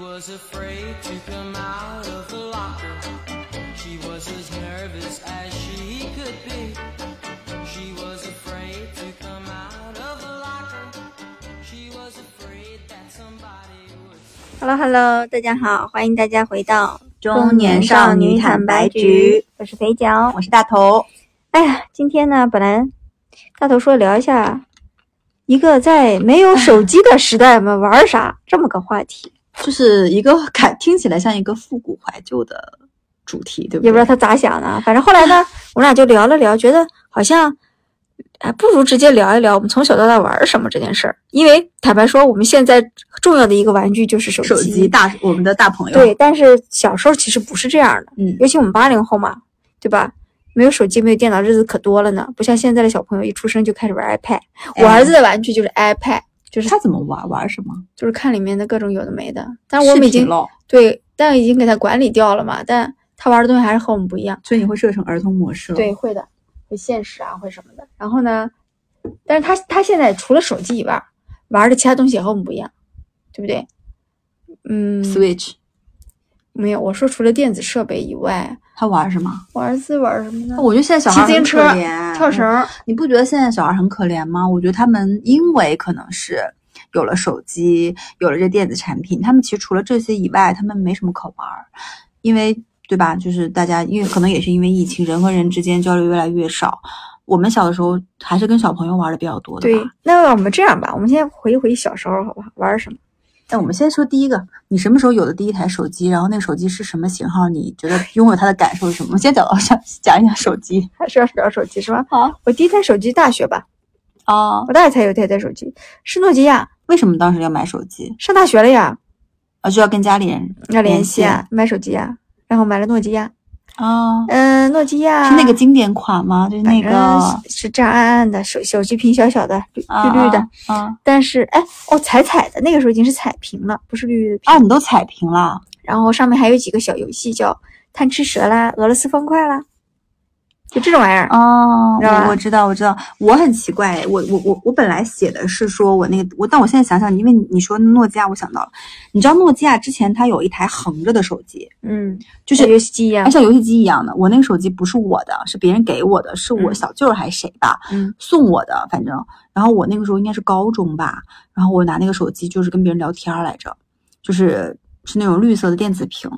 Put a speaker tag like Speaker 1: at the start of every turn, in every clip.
Speaker 1: was afraid to come out of the locker. She was as nervous as she could be. She was afraid to come out of the locker. She was afraid that somebody would.
Speaker 2: Hello Hello，大家好，欢迎大家回到
Speaker 3: 中年少女坦白局，，
Speaker 2: 我是肥脚。
Speaker 3: 我是大头。
Speaker 2: 哎呀，今天呢，本来大头说聊一下一个在没有手机的时代，我们玩啥 这么个话题，
Speaker 3: 就是一个感听起来像一个复古怀旧的主题，对不对？
Speaker 2: 也不知道他咋想的。啊反正后来 呢，我们俩就聊了聊，觉得好像。哎，不如直接聊一聊我们从小到大玩什么这件事儿，因为坦白说，我们现在重要的一个玩具就是手
Speaker 3: 手机大我们的大朋友，
Speaker 2: 对，但是小时候其实不是这样的，
Speaker 3: 嗯
Speaker 2: 尤其我们八零后嘛，对吧？没有手机，没有电脑，日子可多了呢。不像现在的小朋友，一出生就开始玩 iPad。我
Speaker 3: 哎
Speaker 2: 儿子的玩具就是 iPad，就是
Speaker 3: 他怎么玩玩什么？
Speaker 2: 就是看里面的各种有的没的。但是我们已
Speaker 3: 视频
Speaker 2: 经
Speaker 3: 咯
Speaker 2: 对，但已经给他管理掉了嘛。但他玩的东西还是和我们不一样。
Speaker 3: 所以你会设成儿童模式了。
Speaker 2: 对，，会的，会现实啊，会什么的。然后呢，但是他他现在除了手机以外，玩的其他东西也和我们不一样，对不对？嗯，
Speaker 3: Switch
Speaker 2: 没有，我说除了电子设备以外，
Speaker 3: 他玩什么？
Speaker 2: 我儿子玩什么呢？
Speaker 3: 我觉得现在哦小
Speaker 2: 骑
Speaker 3: 孩
Speaker 2: 自行
Speaker 3: 很
Speaker 2: 车
Speaker 3: 可怜，、嗯
Speaker 2: 跳绳。儿，
Speaker 3: 你不觉得现在小孩很可怜吗？我觉得他们因为可能是有了手机，有了这电子产品，他们其实除了这些以外，他们没什么可玩儿，因为对吧？就是大家因为可能也是因为疫情，人和人之间交流越来越少。我们小的时候还是跟小朋友玩的比较多的
Speaker 2: 对
Speaker 3: 吧。，
Speaker 2: 那我们这样吧，我们先回一回小时候，好不好？玩什么？
Speaker 3: 但我们先说第一个，你什么时候有的第一台手机？然后那个手机是什么型号？你觉得拥有它的感受是什么？我们先讲到讲讲一下手机。
Speaker 2: 还是要聊手机是吧？
Speaker 3: 好
Speaker 2: 我第一台手机大学吧，
Speaker 3: 啊，
Speaker 2: 我大学才有第一台手机，是诺基亚。
Speaker 3: 为什么当时要买手机？
Speaker 2: 上大学了呀，
Speaker 3: 啊，就要跟家里人
Speaker 2: 要联系
Speaker 3: 啊
Speaker 2: 啊，买手机啊，然后买了诺基亚。
Speaker 3: 啊。
Speaker 2: 嗯、诺基亚
Speaker 3: 是那个经典款吗？就是那个
Speaker 2: 嗯是是这样暗暗的，手手机屏小小的，绿
Speaker 3: 啊
Speaker 2: 绿绿的。
Speaker 3: 啊
Speaker 2: 但是哎，哦，彩彩的那个时候已经是彩屏了，不是绿绿的屏。
Speaker 3: 啊！你都彩屏了，
Speaker 2: 然后上面还有几个小游戏，叫贪吃蛇啦、俄罗斯方块啦，就这种玩意儿。
Speaker 3: 哦，
Speaker 2: 知道吧
Speaker 3: 我我知道，我知道，我很奇怪，我我我我本来写的是说我那个我，但我现在想想，因为你你说诺基亚，我想到了，你知道诺基亚之前它有一台横着的手机，
Speaker 2: 嗯，
Speaker 3: 就
Speaker 2: 像
Speaker 3: 是
Speaker 2: 游戏机一样
Speaker 3: 还。像游戏机一样的，我那个手机不是我的，是别人给我的，是我
Speaker 2: 嗯
Speaker 3: 小舅儿还是谁吧，
Speaker 2: 嗯，
Speaker 3: 送我的，反正，然后我那个时候应该是高中吧，然后我拿那个手机就是跟别人聊天儿来着，就是是那种绿色的电子屏，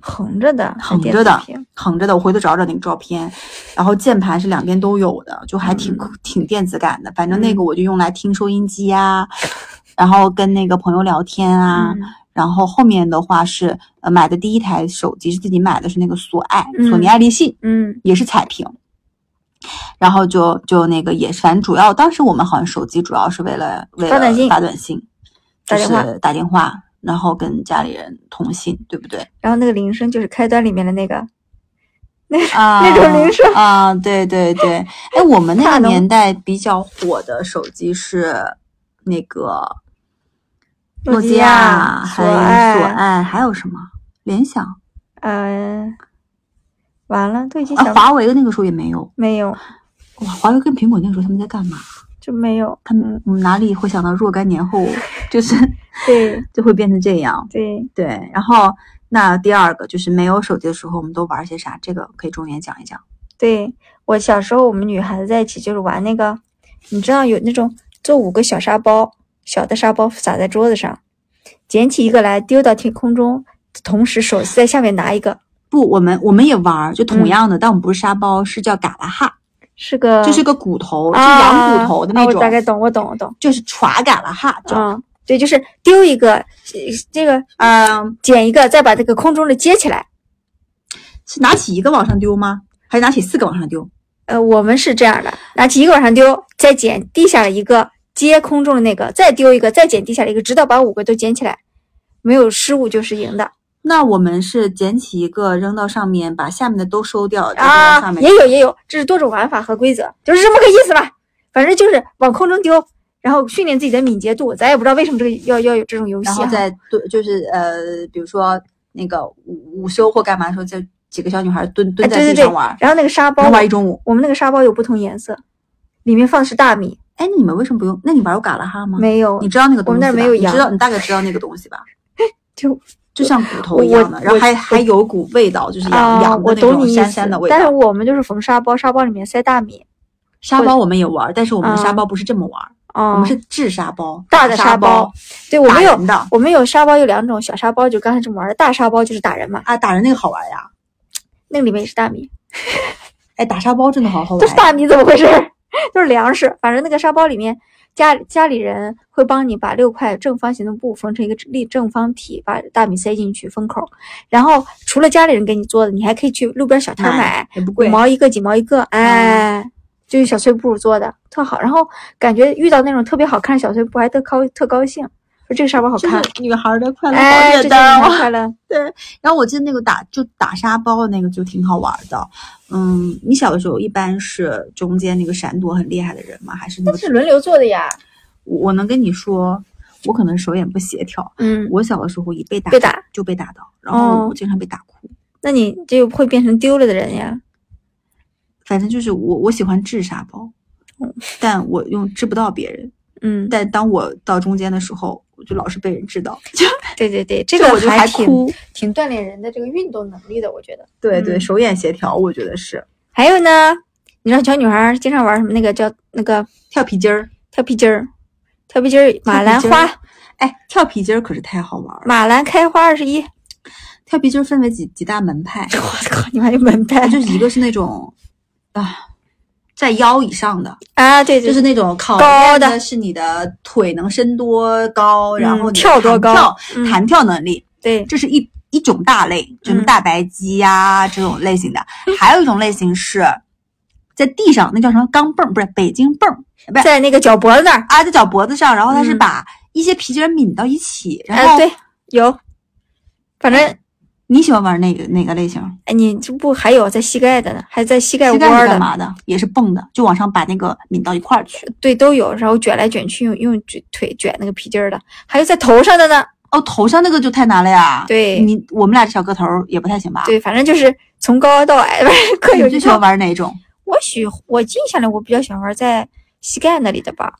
Speaker 2: 横着的，
Speaker 3: 横
Speaker 2: 电
Speaker 3: 着
Speaker 2: 子
Speaker 3: 的
Speaker 2: 屏，
Speaker 3: 横着的，我回头找找那个照片。然后键盘是两边都有的，就还挺、
Speaker 2: 嗯
Speaker 3: 挺电子感的。反正那个我就用来听收音机呀、然后跟那个朋友聊天啊。
Speaker 2: 嗯
Speaker 3: 然后后面的话是呃买的第一台手机是自己买的是那个索爱，
Speaker 2: 嗯
Speaker 3: 索尼爱立信，
Speaker 2: 嗯，
Speaker 3: 也是彩屏。然后就就那个也是，反正主要当时我们好像手机主要是为了为了
Speaker 2: 发短信
Speaker 3: 发短信，
Speaker 2: 打
Speaker 3: 就
Speaker 2: 电话
Speaker 3: 是打电话，然后跟家里人通信，对不对？
Speaker 2: 然后那个铃声就是开端里面的那个，
Speaker 3: 啊，
Speaker 2: 那种铃声
Speaker 3: 啊，对对对，哎，我们那
Speaker 2: 大
Speaker 3: 个
Speaker 2: 农
Speaker 3: 年代比较火的手机是那个
Speaker 2: 诺
Speaker 3: 诺
Speaker 2: 基
Speaker 3: 基
Speaker 2: 亚
Speaker 3: 亚，
Speaker 2: 索
Speaker 3: 还有索
Speaker 2: 爱
Speaker 3: 爱，还有什么联想
Speaker 2: 嗯、完了，都已经
Speaker 3: 啊
Speaker 2: 想、？
Speaker 3: 华为的那个时候也没有，
Speaker 2: 没有，
Speaker 3: 哇，华为跟苹果那个时候他们在干嘛？
Speaker 2: 就没有，嗯
Speaker 3: 他们我们哪里会想到若干年 后就是
Speaker 2: 对
Speaker 3: 就会变成这样？
Speaker 2: 对，
Speaker 3: 对，然后那第二个就是没有手机的时候，我们都玩些啥？这个可以重点讲一讲。
Speaker 2: 对我小时候，我们女孩子在一起就是玩那个，你知道有那种做五个小沙包，小的沙包撒在桌子上，捡起一个来丢到天空中，同时手在下面拿一个，
Speaker 3: 不，我们我们也玩儿，就
Speaker 2: 嗯
Speaker 3: 同样的，但我们不是沙包，是叫嘎啦哈。
Speaker 2: 是个
Speaker 3: 就是个骨头，是
Speaker 2: 啊
Speaker 3: 羊骨头的
Speaker 2: 啊
Speaker 3: 那
Speaker 2: 我
Speaker 3: 种，
Speaker 2: 大概懂，我懂，我懂。
Speaker 3: 就是歘嘎啦哈叫。
Speaker 2: 嗯，对，就是丢一个，呃这个
Speaker 3: 嗯，
Speaker 2: 捡一个，再把这个空中的接起来。
Speaker 3: 是拿起一个往上丢吗？还是拿起四个往上丢？
Speaker 2: 呃，我们是这样的，拿起一个往上丢，再捡地下的一个，接空中的那个，再丢一个，再捡地下的一个，直到把五个都捡起来，没有失误就是赢的
Speaker 3: 那我们是捡起一个扔到上面，把下面的都收掉，再扔到
Speaker 2: 啊
Speaker 3: 上！面。
Speaker 2: 也有也有，这是多种玩法和规则，就是这么个意思吧。反正就是往空中丢，然后训练自己的敏捷度。咱也不知道为什么这个要要有这种游戏、
Speaker 3: 然
Speaker 2: 啊，
Speaker 3: 后再蹲，就是呃，比如说那个午午休或干嘛的时候，就几个小女孩蹲
Speaker 2: 哎
Speaker 3: 蹲在
Speaker 2: 对对
Speaker 3: 地
Speaker 2: 对
Speaker 3: 上玩，，
Speaker 2: 然后那个沙包
Speaker 3: 能玩一中午。
Speaker 2: 我们那个沙包有不同颜色，里面放的是大米，
Speaker 3: 哎，那你们为什么不用？那你玩过嘎啦哈吗？
Speaker 2: 没有
Speaker 3: 你知道那个东西吧？
Speaker 2: 哦我们那儿没有
Speaker 3: 你
Speaker 2: 羊
Speaker 3: 知道你大概知道那个东西吧？
Speaker 2: 就
Speaker 3: 就像骨头一样的，
Speaker 2: 我
Speaker 3: 然后还
Speaker 2: 我
Speaker 3: 还有股味道，就是
Speaker 2: 啊
Speaker 3: 羊、羊的
Speaker 2: 我
Speaker 3: 那
Speaker 2: 懂
Speaker 3: 种
Speaker 2: 你意
Speaker 3: 膻
Speaker 2: 思
Speaker 3: 膻的味
Speaker 2: 但是
Speaker 3: 道。
Speaker 2: 我们就是缝沙包，沙包里面塞大米
Speaker 3: 沙包我们也玩，但是我们的
Speaker 2: 啊
Speaker 3: 沙包不是这么玩，
Speaker 2: 啊，
Speaker 3: 我们是制沙包，
Speaker 2: 大的
Speaker 3: 沙
Speaker 2: 沙包。对，我
Speaker 3: 哦打
Speaker 2: 们有
Speaker 3: 人的
Speaker 2: 我们有沙包有两种，小沙包就刚才这么玩儿的，大沙包就是打人嘛，
Speaker 3: 啊，打人那个好玩呀！
Speaker 2: 那个里面也是大米，
Speaker 3: 哎，打沙包真的好好玩
Speaker 2: 就
Speaker 3: 呀，
Speaker 2: 是大米怎么回事 儿？就是粮食，反正那个沙包里面家家里人会帮你把六块正方形的布缝成一个立正方体，把大米塞进去封口，然后除了家里人给你做的，你还可以去路边小摊买
Speaker 3: 也不
Speaker 2: 五
Speaker 3: 贵。
Speaker 2: 毛一个，几毛一个，哎，就是小碎布做的，特好。然后感觉遇到那种特别好看的小碎布，还特高特高兴，说这个沙包好
Speaker 3: 就
Speaker 2: 看，
Speaker 3: 是女孩的快乐
Speaker 2: 哎，这就
Speaker 3: 好简
Speaker 2: 是
Speaker 3: 单
Speaker 2: 很
Speaker 3: 哦。
Speaker 2: 快乐。
Speaker 3: 对，然后我记得那个打就打沙包的那个就挺好玩的。嗯，你小的时候一般是中间那个闪躲很厉害的人吗？还是那
Speaker 2: 但
Speaker 3: 个
Speaker 2: 是轮流做的呀，
Speaker 3: 我我能跟你说，我可能手眼不协调。
Speaker 2: 嗯，
Speaker 3: 我小的时候一被打
Speaker 2: 被打
Speaker 3: 就被打到，然后
Speaker 2: 哦
Speaker 3: 我经常被打哭。
Speaker 2: 那你就会变成丢了的人呀。
Speaker 3: 反正就是我我喜欢掷沙包，但我用掷不到别人。
Speaker 2: 嗯，
Speaker 3: 但当我到中间的时候，我就老是被人掷到，就
Speaker 2: 对对对，这
Speaker 3: 就
Speaker 2: 个
Speaker 3: 我就还
Speaker 2: 挺
Speaker 3: 哭。
Speaker 2: 挺锻炼人的这个运动能力的，我觉得。
Speaker 3: 对对，
Speaker 2: 嗯
Speaker 3: 手眼协调，我觉得是
Speaker 2: 还有呢，你知道小女孩儿经常玩什么那个叫那个
Speaker 3: 跳皮筋儿。
Speaker 2: 跳皮筋儿，跳皮筋儿，马兰
Speaker 3: 跳皮筋儿
Speaker 2: 花，，
Speaker 3: 哎，跳皮筋儿可是太好玩了。
Speaker 2: 马兰开花二十一。，
Speaker 3: 跳皮筋儿分为几几大门派
Speaker 2: 我靠，你们还有门派
Speaker 3: 啊就是一个是那种啊，在腰以上的，
Speaker 2: 啊？对，
Speaker 3: 就是那种考
Speaker 2: 高
Speaker 3: 验
Speaker 2: 的
Speaker 3: 的是你的腿能伸多高，然后
Speaker 2: 嗯
Speaker 3: 你的
Speaker 2: 跳多
Speaker 3: 弹
Speaker 2: 高
Speaker 3: 跳
Speaker 2: 嗯
Speaker 3: 弹跳能力，
Speaker 2: 对，
Speaker 3: 这是一一种大类，就是
Speaker 2: 嗯
Speaker 3: 大白鸡呀、这种类 型的。还有一种类型是在地上，那叫什么钢镚儿，不是北京镚儿，不是
Speaker 2: 在那个脚脖子那儿。
Speaker 3: 啊，在脚脖子上，然后它是
Speaker 2: 嗯
Speaker 3: 把一些皮筋儿抿到一起，然
Speaker 2: 哎，
Speaker 3: 后
Speaker 2: 对，有，反正
Speaker 3: 你喜欢玩哪个哪个类型？
Speaker 2: 哎，你这不还有在膝盖的呢，还在膝盖
Speaker 3: 膝
Speaker 2: 窝
Speaker 3: 盖
Speaker 2: 儿
Speaker 3: 是干
Speaker 2: 的，
Speaker 3: 嘛的？也是蹦的，就往上把那个抿到一块儿去。
Speaker 2: 对，都有，然后卷来卷去，用用卷腿卷那个皮筋儿的，还有在头上的呢，
Speaker 3: 哦，头上那个就太难了呀。
Speaker 2: 对
Speaker 3: 你我们俩这小个头儿也不太行吧？
Speaker 2: 对，反正就是从高到矮，反正 各有
Speaker 3: 你
Speaker 2: 一
Speaker 3: 最喜欢
Speaker 2: 套。
Speaker 3: 玩 哪种？
Speaker 2: 我喜我印象里我比较喜欢玩在膝盖那里的吧，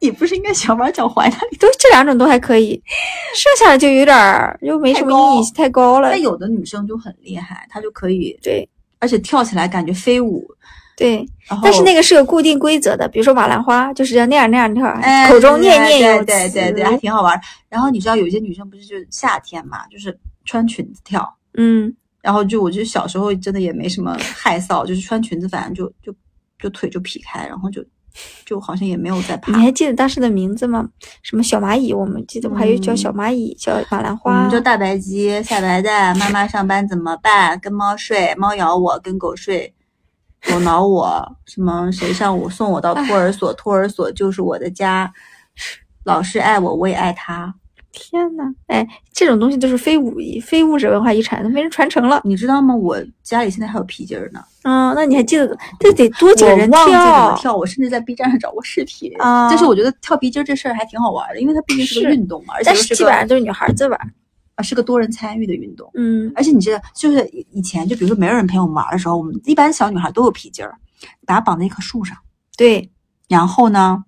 Speaker 3: 你不是应该喜欢玩脚踝那 里？
Speaker 2: 都这两种都还可以，剩下的就有点儿又没
Speaker 3: 太
Speaker 2: 什么
Speaker 3: 高
Speaker 2: 意思，太高了
Speaker 3: 但。有的女生就很厉害，她就可以，
Speaker 2: 对
Speaker 3: 而且跳起来感觉飞舞。
Speaker 2: 对，
Speaker 3: 然后
Speaker 2: 但是那个是有固定规则的，比如说马兰花就是要那样那样那样，
Speaker 3: 哎
Speaker 2: 口中念
Speaker 3: 对
Speaker 2: 念有词。
Speaker 3: 对对对对，还挺好玩儿。然后你知道有一些女生不是就是夏天嘛，就是穿裙子跳。
Speaker 2: 嗯。
Speaker 3: 然后就我就小时候真的也没什么害臊，就是穿裙子，反正就就就腿就劈开，然后就就好像也没有再爬
Speaker 2: 你还记得当时的名字吗？什么小蚂蚁？我们记得我还有叫小蚂蚁，叫马兰
Speaker 3: 嗯我
Speaker 2: 花。啊
Speaker 3: 们叫大白鸡、下白蛋，妈妈上班怎么办？跟猫睡，猫咬我，跟狗睡，狗挠我，什么谁上我送我到托儿所，托儿所就是我的家，老师爱我，我也爱他。
Speaker 2: 天呐，哎，这种东西都是非物非物质文化遗产，都没人传承了。
Speaker 3: 你知道吗？我家里现在还有皮筋儿呢，
Speaker 2: 嗯，那你还记得？这得多几
Speaker 3: 我
Speaker 2: 个人
Speaker 3: 忘记怎么
Speaker 2: 跳。
Speaker 3: 跳，我甚至在 B 站上找过视频。
Speaker 2: 啊
Speaker 3: 但是我觉得跳皮筋儿这事儿还挺好玩的，因为它毕竟是个
Speaker 2: 是
Speaker 3: 运动嘛，而且
Speaker 2: 但
Speaker 3: 又
Speaker 2: 是
Speaker 3: 是
Speaker 2: 基
Speaker 3: 个
Speaker 2: 本上都是女孩子玩。
Speaker 3: 啊是个多人参与的运动。
Speaker 2: 嗯
Speaker 3: 而且你知道，就是以以前就比如说没有人陪我们玩的时候，我们一般小女孩都有皮筋儿，把它绑在一棵树上，
Speaker 2: 对，
Speaker 3: 然后呢，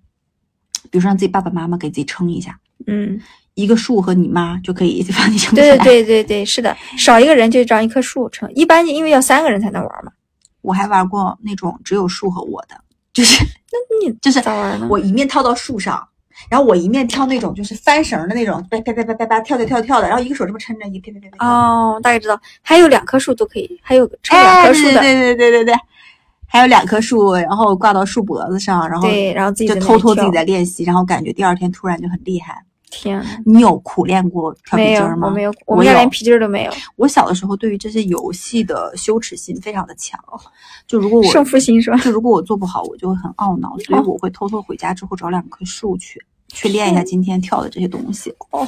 Speaker 3: 比如说让自己爸爸妈妈给自己撑一下，
Speaker 2: 嗯，
Speaker 3: 一个树和你妈就可以 把你撑起来。
Speaker 2: 对对对对对，是的，少一个人就找一棵树成。一般因为要三个人才能玩嘛。
Speaker 3: 我还玩过那种只有树和我的，就是
Speaker 2: 你
Speaker 3: 就是
Speaker 2: 咋玩呢？
Speaker 3: 我一面跳到树上。然后我一面跳那种就是翻绳的那种，啪啪啪啪啪啪跳跳跳跳的，然后一个手这么撑着，一啪啪啪啪。啪，
Speaker 2: 哦，大概知道，还有两棵树都可以，还有撑两
Speaker 3: 哎，
Speaker 2: 棵树的，
Speaker 3: 对对对对对对，还有两棵树，然后挂到树脖子上，然后
Speaker 2: 对然后自己
Speaker 3: 就
Speaker 2: 在那
Speaker 3: 偷
Speaker 2: 里
Speaker 3: 偷自
Speaker 2: 跳
Speaker 3: 己在练习，然后感觉第二天突然就很厉害。
Speaker 2: 天呐，
Speaker 3: 你有苦练过跳皮
Speaker 2: 没
Speaker 3: 筋
Speaker 2: 有
Speaker 3: 儿，吗？
Speaker 2: 我没有，我
Speaker 3: 我
Speaker 2: 们家
Speaker 3: 有
Speaker 2: 连皮筋儿都没有。
Speaker 3: 我小的时候对于这些游戏的羞耻心非常的强，哦就如果
Speaker 2: 胜
Speaker 3: 我
Speaker 2: 负心是吧？
Speaker 3: 就如果我做不好，我就会很懊恼，所以我会偷偷回家之后找两棵树去去练一下今天跳的这些东西。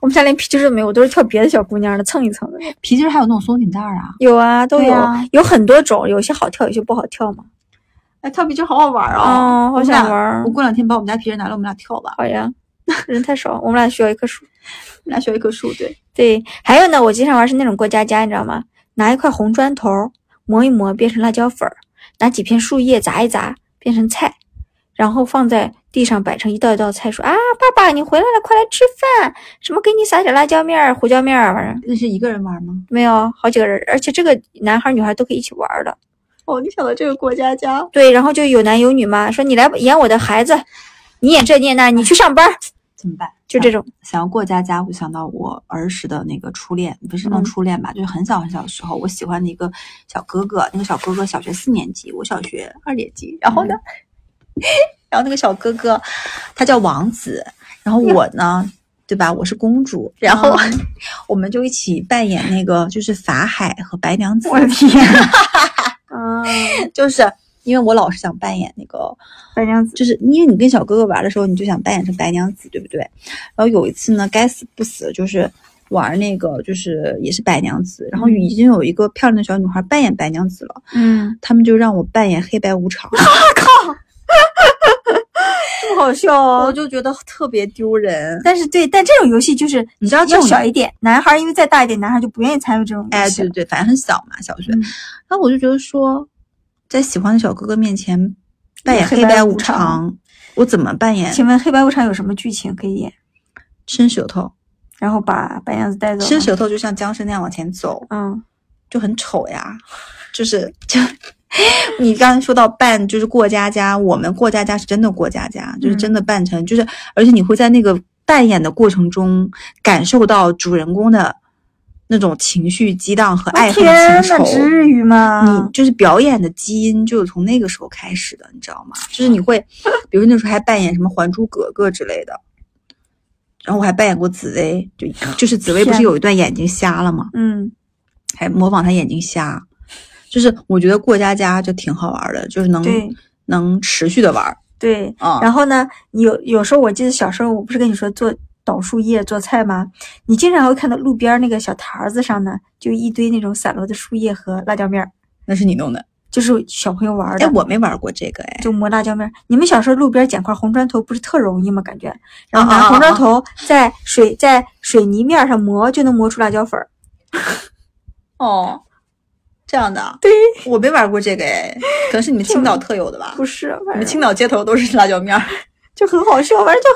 Speaker 2: 我们家连皮筋儿都没有，我都是跳别的小姑娘的蹭一蹭的。
Speaker 3: 皮筋儿还有那种松紧带儿啊，
Speaker 2: 有啊，都
Speaker 3: 对
Speaker 2: 有，
Speaker 3: 啊
Speaker 2: 有很多种，有些好跳，有些不好跳嘛。
Speaker 3: 哎，跳皮筋儿好好玩儿
Speaker 2: 哦好
Speaker 3: 我们
Speaker 2: 想玩
Speaker 3: 俩
Speaker 2: 儿
Speaker 3: 我过两天把我们家皮筋儿拿来，我们俩跳吧，
Speaker 2: 好呀， 人太少，我们俩需要一棵树。
Speaker 3: 我们俩学一棵树。对，
Speaker 2: 对，还有呢，我经常玩是那种过家家，你知道吗？拿一块红砖头磨一磨，变成辣椒粉儿；拿几片树叶砸一砸，变成菜，然后放在地上摆成一道一道菜，说啊，爸爸你回来了，快来吃饭，什么给你撒点辣椒面儿、胡椒面儿，反正
Speaker 3: 那是一个人玩吗？
Speaker 2: 没有好几个人，而且这个男孩儿女孩儿都可以一起玩儿的。
Speaker 3: 哦，你想到这个过家家，
Speaker 2: 对，然后就有男有女嘛，说你来演我的孩子，你演这你演那，你去上班儿，
Speaker 3: 怎么办？
Speaker 2: 就这种。
Speaker 3: 想要过家家，我想到我儿时的那个初恋，不是
Speaker 2: 嗯
Speaker 3: 那种初恋吧，就是很小很小的时候，我喜欢的一个小哥哥，那个小哥哥小学四年级，我小学二年级。然后呢，
Speaker 2: 嗯
Speaker 3: 然后那个小哥哥他叫王子，然后我呢，对吧？我是公主，然后
Speaker 2: 嗯
Speaker 3: 我们就一起扮演那个就是法海和白娘子。
Speaker 2: 天！ 啊，
Speaker 3: 就是因为我老是想扮演那个
Speaker 2: 白娘子，
Speaker 3: 就是因为你跟小哥哥玩的时候，你就想扮演成白娘子，对不对？然后有一次呢，该死不死，就是玩那个，就是也是白娘子，然后
Speaker 2: 嗯
Speaker 3: 已经有一个漂亮的小女孩扮演白娘子了，
Speaker 2: 嗯，
Speaker 3: 他们就让我扮演黑白 无常，
Speaker 2: 这么好笑
Speaker 3: 我
Speaker 2: 哦。
Speaker 3: 就觉得特别丢人。
Speaker 2: 但是对，但这种游戏就是
Speaker 3: 你知道这
Speaker 2: 要
Speaker 3: 种
Speaker 2: 小一点，男孩儿因为再大一点，男孩儿就不愿意参与这种游
Speaker 3: 哎，
Speaker 2: 戏
Speaker 3: 对
Speaker 2: 了。
Speaker 3: 对，反正很小嘛，小学。
Speaker 2: 嗯
Speaker 3: 然后我就觉得说，在喜欢的小哥哥面前扮演
Speaker 2: 黑
Speaker 3: 黑
Speaker 2: 白
Speaker 3: 白
Speaker 2: 无
Speaker 3: 无
Speaker 2: 常
Speaker 3: 常，我怎么扮演？
Speaker 2: 请问黑白无常有什么剧情可以演？
Speaker 3: 伸舌头，
Speaker 2: 然后把白娘子带走吗？
Speaker 3: 伸舌头就像僵尸那样往前走。
Speaker 2: 嗯，
Speaker 3: 就很丑呀，就是就你刚才说到扮就是过家家，我们过家家是真的过家家，就是真的
Speaker 2: 嗯
Speaker 3: 扮成、就是，而且你会在那个扮演的过程中感受到主人公的那种情绪激荡和爱
Speaker 2: 我
Speaker 3: 恨
Speaker 2: 天
Speaker 3: 情
Speaker 2: 哪，啊
Speaker 3: 仇。
Speaker 2: 至于
Speaker 3: 你
Speaker 2: 吗？
Speaker 3: 就是表演的基因，就是从那个时候开始的，你知道吗？就是你会，比如那时候还扮演什么《还珠格格》之类的，然后我还扮演过紫薇，就就是紫薇不是
Speaker 2: 哦天
Speaker 3: 有一段眼睛瞎了吗？
Speaker 2: 嗯，
Speaker 3: 还模仿他眼睛瞎，就是我觉得过家家就挺好玩的，就是能
Speaker 2: 对
Speaker 3: 能持续的玩儿
Speaker 2: 对。
Speaker 3: 啊。
Speaker 2: 然
Speaker 3: 后
Speaker 2: 后呢，有有时候我记得小时候，我不是跟你说做倒树叶做菜吗？你经常会看到路边儿那个小台儿子上呢，就一堆那种散落的树叶和辣椒面儿，
Speaker 3: 那是你弄的，
Speaker 2: 就是小朋友玩儿的。
Speaker 3: 哎，我没玩过这个，哎，
Speaker 2: 就磨辣椒面儿。你们小时候路边捡块红砖头不是特容易吗？感觉，然后拿
Speaker 3: 啊啊
Speaker 2: 红砖
Speaker 3: 啊
Speaker 2: 头在水在水泥面上磨，就能磨出辣椒粉儿。
Speaker 3: 哦，这样的，对，我没玩过这 个，哎，可能是你们青岛特有的吧？
Speaker 2: 不是，
Speaker 3: 你
Speaker 2: 反
Speaker 3: 们
Speaker 2: 正
Speaker 3: 青岛街头都是辣椒面儿。
Speaker 2: 就很好笑，反正就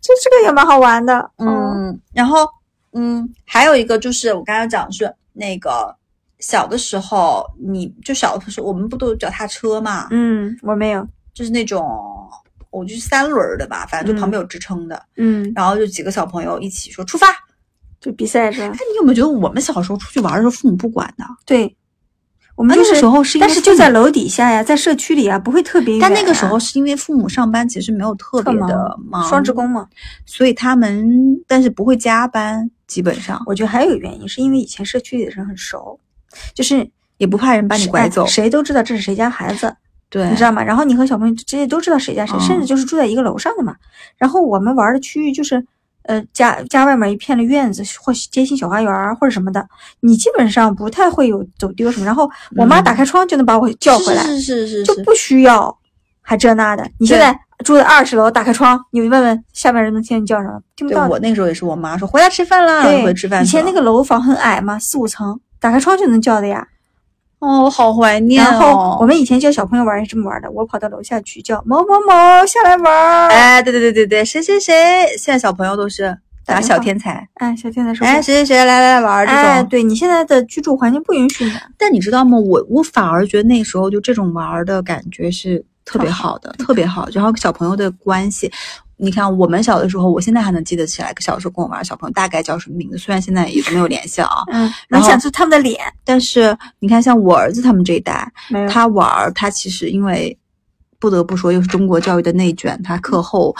Speaker 2: 就这个也蛮好玩的。，
Speaker 3: 嗯，然后嗯，还有一个就是我刚才讲的是那个小的时候，你就小的时候我们不都有脚踏车嘛，
Speaker 2: 嗯，我没有。
Speaker 3: 就是那种我就是三轮儿的吧，反正就旁边有支撑的。
Speaker 2: 嗯，
Speaker 3: 然后就几个小朋友一起说出发。哎，
Speaker 2: 就比赛是吧？
Speaker 3: 你有没有觉得我们小时候出去玩的时候，父母不管的？
Speaker 2: 对，啊我
Speaker 3: 那
Speaker 2: 们就
Speaker 3: 那
Speaker 2: 是
Speaker 3: 个时，候是因为
Speaker 2: 但
Speaker 3: 父母，
Speaker 2: 是就在楼底下呀，在社区里呀，不会特别远啊呀。
Speaker 3: 但那个时候是因为父母上班其实没有特别
Speaker 2: 特忙
Speaker 3: 的忙，
Speaker 2: 双职，工嘛，
Speaker 3: 所以他们但是不会加班，基本上
Speaker 2: 我觉得还有一个原因，是因为以前社区里的人很熟，就是
Speaker 3: 也不怕人把你
Speaker 2: 谁
Speaker 3: 拐
Speaker 2: 哎
Speaker 3: 走。
Speaker 2: 谁都知道这是谁家孩子。
Speaker 3: 对
Speaker 2: 你知道吗？然后你和小朋友之间都知道谁家谁，甚至
Speaker 3: 嗯
Speaker 2: 就是住在一个楼上的嘛。然后我们玩的区域就是，呃，家家外面一片的院子或街心小花园儿或者什么的，你基本上不太会有走丢什么。然后我妈
Speaker 3: 嗯
Speaker 2: 打开窗就能把我叫回来，
Speaker 3: 是是是是，
Speaker 2: 就是不需要还这那的。你现
Speaker 3: 对
Speaker 2: 在住在二十楼，打开窗，你问问下面人能听你叫什么，听不
Speaker 3: 对
Speaker 2: 到的。
Speaker 3: 我那个时候也是，我妈说回来吃饭啦，
Speaker 2: 对，
Speaker 3: 回吃饭
Speaker 2: 以
Speaker 3: 去
Speaker 2: 前
Speaker 3: 了。
Speaker 2: 那个楼房很矮嘛，四五层，打开窗就能叫的呀。
Speaker 3: 哦，我好怀念
Speaker 2: 然
Speaker 3: 哦
Speaker 2: 后。我们以前叫小朋友玩儿也是这么玩儿的，我跑到楼下去叫某某某下来玩儿。
Speaker 3: 哎，对对对对对，谁谁谁，现在小朋友都是
Speaker 2: 打
Speaker 3: 打
Speaker 2: 电
Speaker 3: 小
Speaker 2: 话
Speaker 3: 天才，
Speaker 2: 哎，小天才说，
Speaker 3: 哎，谁谁谁来来来玩儿这种。哦
Speaker 2: 哎，对你现在的居住环境不允许你。
Speaker 3: 但你知道吗？我我反而觉得那时候就这种玩儿的感觉是特别好的，特别好。然后小朋友的关系，你看我们小的时候，我现在还能记得起来，小时候跟我玩儿小朋友大概叫什么名字，虽然现在也都没有联系了啊。
Speaker 2: 嗯，能
Speaker 3: 然后
Speaker 2: 想出他们的脸
Speaker 3: 但是你看，像我儿子他们这一代，
Speaker 2: 没有？
Speaker 3: 他玩儿，他其实因为不得不说，又是中国教育的内卷，他课后。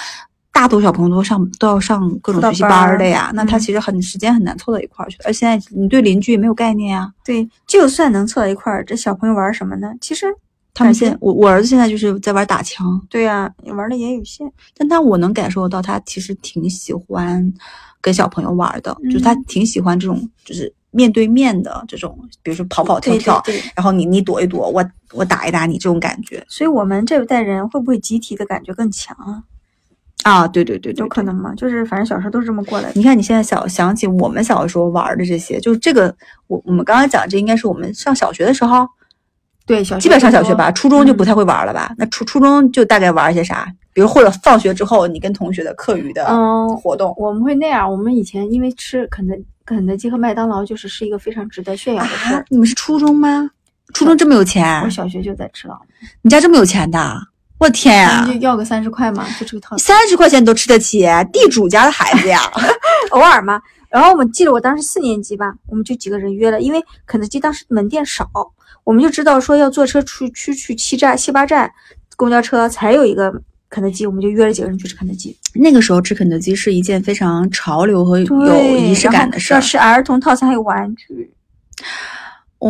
Speaker 3: 大多小朋友都上都要上各
Speaker 2: 辅
Speaker 3: 种
Speaker 2: 导
Speaker 3: 学习
Speaker 2: 班
Speaker 3: 班儿
Speaker 2: 儿
Speaker 3: 的呀，那他
Speaker 2: 嗯
Speaker 3: 其实很时间很难凑到一块儿去，而现在你对邻居也没有概念啊。
Speaker 2: 对，就算能凑到一块儿，这小朋友玩儿什么呢？其实，
Speaker 3: 他
Speaker 2: 感
Speaker 3: 们
Speaker 2: 觉
Speaker 3: 现我我儿子现在就是在玩打枪，
Speaker 2: 对呀、玩的也有限。
Speaker 3: 但他我能感受到，他其实挺喜欢跟小朋友玩的，
Speaker 2: 嗯
Speaker 3: 就是他挺喜欢这种就是面对面的这种，比如说跑跑跳
Speaker 2: 对
Speaker 3: 跳，
Speaker 2: 对对。
Speaker 3: 然后你你躲一躲，我我打一打你这种感觉
Speaker 2: 所以我们这一代人会不会集体的感觉更强啊？
Speaker 3: 啊，对对对对
Speaker 2: 有可。
Speaker 3: 对
Speaker 2: 能吗？就是反正小时候都是这么过来的。
Speaker 3: 你看，你现在小想起我们小时候玩的这些，就是这个，我我们刚刚讲，这应该是我们上小学的时候，
Speaker 2: 对，小
Speaker 3: 基本上小学吧，初中就不太会玩了吧？那初初中就大概玩一些啥？比如或者放学之后，你跟同学的课余的
Speaker 2: 嗯
Speaker 3: 活动。
Speaker 2: 我们会那样。我们以前因为吃肯德肯德基和麦当劳，就是是一个非常值得炫耀的事
Speaker 3: 啊
Speaker 2: 儿。，
Speaker 3: 你们是初中吗？初中这么有钱
Speaker 2: 我？小学就在吃了，
Speaker 3: 你家这么有钱的？我天呀、
Speaker 2: 就要个三十块嘛，就吃个套餐，
Speaker 3: 三十块钱你都吃得起，地主家的孩子 呀！
Speaker 2: 偶尔嘛。然后我记得我当时四年级吧，我们就几个人约了，因为肯德基当时门店少，我们就知道说要坐车出去去七站七八站公交车才有一个肯德基，我们就约了几个人去吃肯德基。
Speaker 3: 那个时候吃肯德基是一件非常潮流和有
Speaker 2: 对
Speaker 3: 仪式
Speaker 2: 然后
Speaker 3: 感的事儿
Speaker 2: 要。是儿童套餐还有玩具，
Speaker 3: 哦，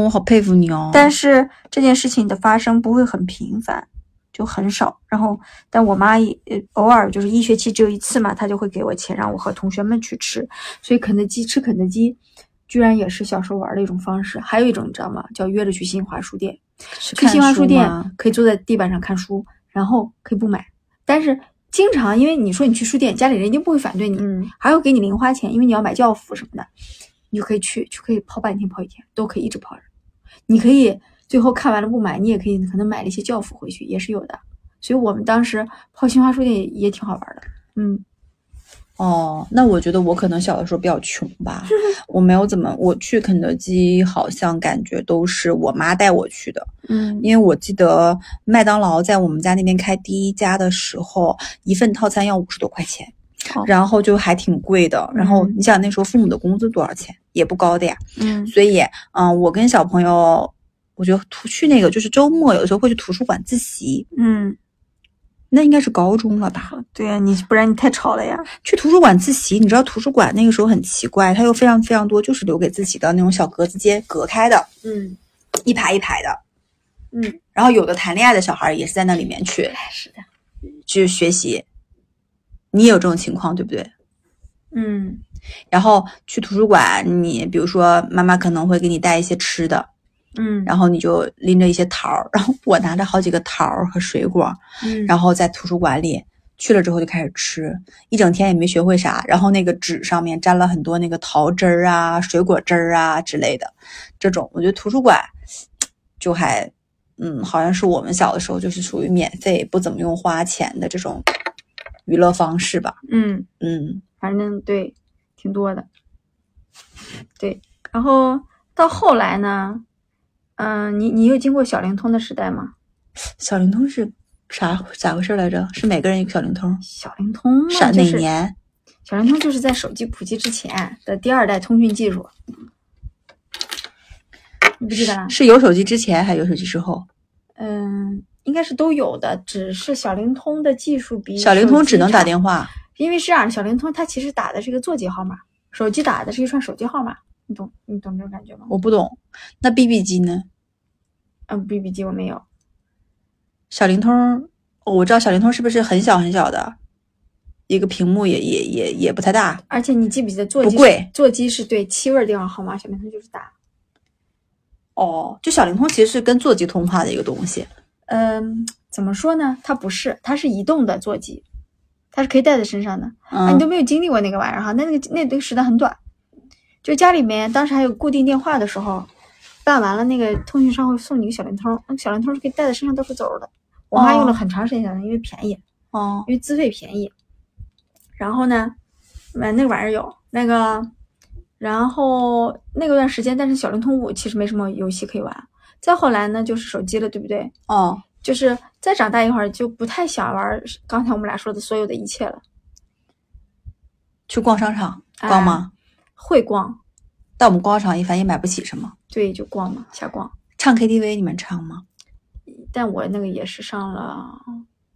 Speaker 3: 我好佩服你哦！
Speaker 2: 但是这件事情的发生不会很频繁，就很少。然后，但我妈也呃偶尔就是一学期只有一次嘛，她就会给我钱让我和同学们去吃。所以肯德基吃肯德基，居然也是小时候玩的一种方式。还有一种你知道吗？叫约着去新华书店，
Speaker 3: 是
Speaker 2: 去
Speaker 3: 看
Speaker 2: 新华书店
Speaker 3: 吗
Speaker 2: 可以坐在地板上看书，然后可以不买。但是经常因为你说你去书店，家里人一定不会反对你，
Speaker 3: 嗯，
Speaker 2: 还会给你零花钱，因为你要买教辅什么的，你就可以去，就可以泡半天、泡一天，都可以一直泡着。你可以最后看完了不买，你也可以可能买了一些教辅回去，也是有的。所以我们当时泡新华书店也也挺好玩的，嗯，
Speaker 3: 哦，那我觉得我可能小的时候比较穷 吧，我没有怎么，我去肯德基好像感觉都是我妈带我去的，
Speaker 2: 嗯
Speaker 3: 因为我记得麦当劳在我们家那边开第一家的时候，一份套餐要五十多块钱
Speaker 2: 哦，
Speaker 3: 然后就还挺贵的。然后
Speaker 2: 嗯
Speaker 3: 你想那时候父母的工资多少钱，也不高的呀，
Speaker 2: 嗯
Speaker 3: 所以嗯、我跟小朋友，我觉得图去那个就是周末有时候会去图书馆自习，
Speaker 2: 嗯，
Speaker 3: 那应该是高中了吧？
Speaker 2: 对呀、你不然你太吵了呀，
Speaker 3: 去图书馆自习，你知道图书馆那个时候很奇怪，它有非常非常多就是留给自己的那种小格子间隔开的，
Speaker 2: 嗯
Speaker 3: 一排一排的。
Speaker 2: 嗯，
Speaker 3: 然后有的谈恋爱的小孩也是在那里面去
Speaker 2: 是的，
Speaker 3: 去学习，你也有这种情况对不对？
Speaker 2: 嗯
Speaker 3: 然后去图书馆，你比如说妈妈可能会给你带一些吃的，
Speaker 2: 嗯，
Speaker 3: 然后你就拎着一些桃儿，然后我拿着好几个桃儿和水果，
Speaker 2: 嗯
Speaker 3: 然后在图书馆里去了之后就开始吃，一整天也没学会啥，然后那个纸上面沾了很多那个桃汁儿啊、水果汁儿啊之类的，这种我觉得图书馆就还。嗯，好像是我们小的时候就是属于免费不怎么用花钱的这种娱乐方式吧。
Speaker 2: 嗯。
Speaker 3: 嗯，
Speaker 2: 反正对，挺多的。对，然后到后来呢，嗯、你你有经过小灵通的时代吗？
Speaker 3: 小灵通是啥咋回事来着？是每个人一个小灵通？
Speaker 2: 小灵通嘛
Speaker 3: 是啊
Speaker 2: 嗯就
Speaker 3: 哪
Speaker 2: 是
Speaker 3: 年？
Speaker 2: 小灵通就是在手机普及之前的第二代通讯技术，你不记得啦？
Speaker 3: 是有手机之前还是有手机之后？
Speaker 2: 嗯，应该是都有的，只是小灵通的技术比
Speaker 3: 小灵
Speaker 2: 手
Speaker 3: 通
Speaker 2: 机
Speaker 3: 只能打
Speaker 2: 差
Speaker 3: 电话。
Speaker 2: 因为是这样，小灵通它其实打的是一个座机号码，手机打的是一串手机号码，你懂你懂这种感觉吗？
Speaker 3: 我不懂。那 BB 机呢？
Speaker 2: 嗯，B B 机我没有，
Speaker 3: 小灵通儿，哦我知道小灵通是不是很小很小的，一个屏幕也也也也不太大。
Speaker 2: 而且你记不记得座机
Speaker 3: 不贵
Speaker 2: 是座机是对七位电话号码，小灵通就是打。
Speaker 3: 哦，就小灵通其实是跟座机通话的一个东西。
Speaker 2: 嗯，怎么说呢？它不是，它是移动的座机，它是可以带在身上的。啊，你
Speaker 3: 嗯
Speaker 2: 都，没有经历过那个玩意儿哈，那那个那那个时代很短。就家里面当时还有固定电话的时候，办完了那个通讯商会送你一个小灵通，那个小灵通是可以带在身上到处走的。我妈
Speaker 3: 哦
Speaker 2: 用了很长时间小灵通，因为便宜，
Speaker 3: 哦，
Speaker 2: 因为资费便宜。然后呢，买那个玩意儿有那个，然后那个段时间，但是小灵通五其实没什么游戏可以玩。再后来呢，就是手机了，对不对？
Speaker 3: 哦，
Speaker 2: 就是再长大一会儿，就不太想玩刚才我们俩说的所有的一切了。
Speaker 3: 去逛商场
Speaker 2: 哎
Speaker 3: 逛吗？
Speaker 2: 会逛，
Speaker 3: 但我们逛商场一般也买不起什么。
Speaker 2: 对，就逛嘛，瞎逛。
Speaker 3: 唱 KTV 你们唱吗？
Speaker 2: 但我那个也是上了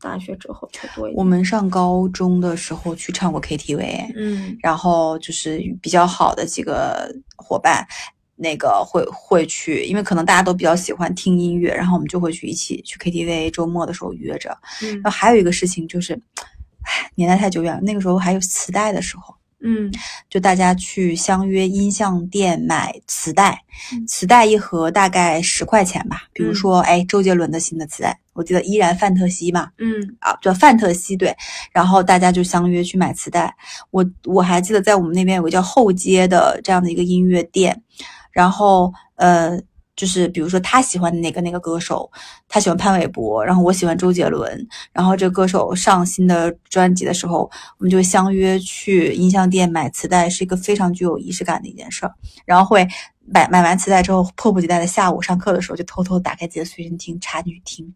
Speaker 2: 大学之后才多一
Speaker 3: 我
Speaker 2: 点。
Speaker 3: 们上高中的时候去唱过 KTV，
Speaker 2: 嗯
Speaker 3: 然后就是比较好的几个伙伴，那个会会去，因为可能大家都比较喜欢听音乐，然后我们就会去一起去 KTV，周末的时候约着。
Speaker 2: 嗯
Speaker 3: 然后还有一个事情就是，唉年代太久远了，那个时候还有磁带的时候，
Speaker 2: 嗯
Speaker 3: 就大家去相约音像店买磁带
Speaker 2: 嗯，
Speaker 3: 磁带一盒大概十块钱吧。比如
Speaker 2: 嗯
Speaker 3: 说，哎，周杰伦的新的磁带，我记得依然范特西嘛，
Speaker 2: 嗯
Speaker 3: 啊，叫范特西对，然后大家就相约去买磁带。我我还记得在我们那边有个叫后街的这样的一个音乐店，然后呃，就是比如说他喜欢哪个哪个歌手，他喜欢潘玮柏，然后我喜欢周杰伦，然后这个歌手上新的专辑的时候，我们就相约去音像店买磁带，是一个非常具有仪式感的一件事儿。然后会买买完磁带之后，迫不及待的下午上课的时候，就偷偷打开自己的随身听插进去听，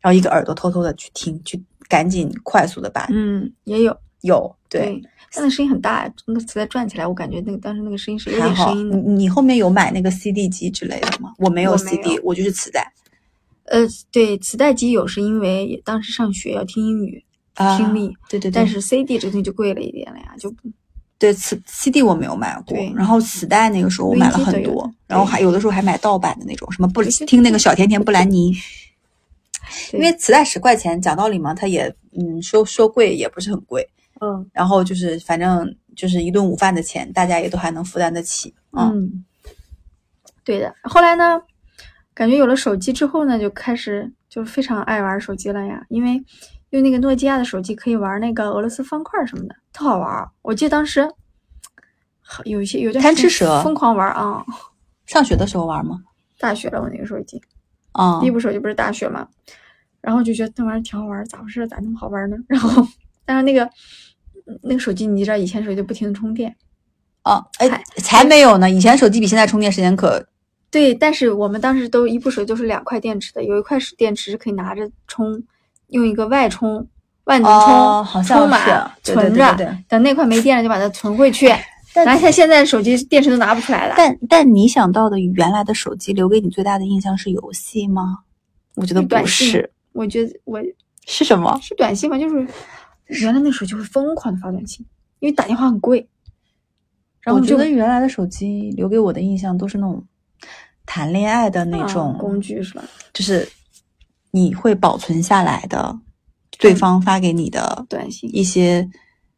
Speaker 3: 然后一个耳朵偷偷的去听，去赶紧快速的把、
Speaker 2: 嗯，也有
Speaker 3: 有对。，
Speaker 2: 但那声音很大，那个磁带转起来，我感觉那个当时那个声音是有
Speaker 3: 还
Speaker 2: 点
Speaker 3: 好，嗯
Speaker 2: 声音
Speaker 3: 你
Speaker 2: 的。
Speaker 3: 你后面有买那个 CD 机之类的吗？我没有
Speaker 2: 我没
Speaker 3: CD，
Speaker 2: 有
Speaker 3: 我就是磁带。
Speaker 2: 呃，对，磁带机有是因为也当时上学要听英语，
Speaker 3: 啊
Speaker 2: 听力，
Speaker 3: 对对对，
Speaker 2: 但是 CD 这个东西就贵了一点了呀，就不
Speaker 3: 对磁 CD 我没有买过
Speaker 2: 对，
Speaker 3: 然后磁带那个时候我买了很
Speaker 2: 录音机都有
Speaker 3: 多
Speaker 2: 的，
Speaker 3: 然后还有的时候还买盗版的那种，什么布听那个小甜甜布兰妮，
Speaker 2: 对
Speaker 3: 因为磁带十块钱，讲道理嘛，它也嗯说说贵也不是很贵，
Speaker 2: 嗯
Speaker 3: 然后就是反正就是一顿午饭的钱，大家也都还能负担得起，嗯
Speaker 2: 嗯，对的。后来呢，感觉有了手机之后呢，就开始就非常爱玩手机了呀，因为用那个诺基亚的手机可以玩那个俄罗斯方块什么的，特好玩儿。我记得当时有一些有一段
Speaker 3: 贪
Speaker 2: 时间
Speaker 3: 吃蛇
Speaker 2: 疯狂玩儿啊、
Speaker 3: 上学的时候玩吗？
Speaker 2: 大学了我那个时候已经。
Speaker 3: 啊、
Speaker 2: 第一部手机不是大学嘛，然后就觉得那玩意儿挺好玩儿，咋回事儿？咋那么好玩儿呢？ 然后，但是那个那个手机，你知道以前手机就不停的充电，
Speaker 3: 啊，哎
Speaker 2: 嗨，
Speaker 3: 才没有呢！以前手机比现在充电时间可
Speaker 2: 对，但是我们当时都一部手机都是两块电池的，有一块是电池是可以拿着充，用一个外充万能充、
Speaker 3: 哦好像
Speaker 2: 充
Speaker 3: 是
Speaker 2: 满
Speaker 3: 对对
Speaker 2: 存
Speaker 3: 对
Speaker 2: 着，
Speaker 3: 对对
Speaker 2: 等那块没电了就把它存回去。
Speaker 3: 但
Speaker 2: 然后像现在手机电池都拿不出来了，
Speaker 3: 但但你想到的原来的手机留给你最大的印象是游戏吗？我觉得
Speaker 2: 短
Speaker 3: 不
Speaker 2: 信
Speaker 3: 是，
Speaker 2: 我觉得我
Speaker 3: 是什么？
Speaker 2: 是短信吧，就是原来那手机会疯狂的发短信，因为打电话很贵。然后
Speaker 3: 我觉
Speaker 2: 就
Speaker 3: 得原来的手机留给我的印象都是那种谈恋爱的那
Speaker 2: 啊
Speaker 3: 种，
Speaker 2: 工具是吧？
Speaker 3: 就是你会保存下来的对方发给你的
Speaker 2: 短信
Speaker 3: 一些，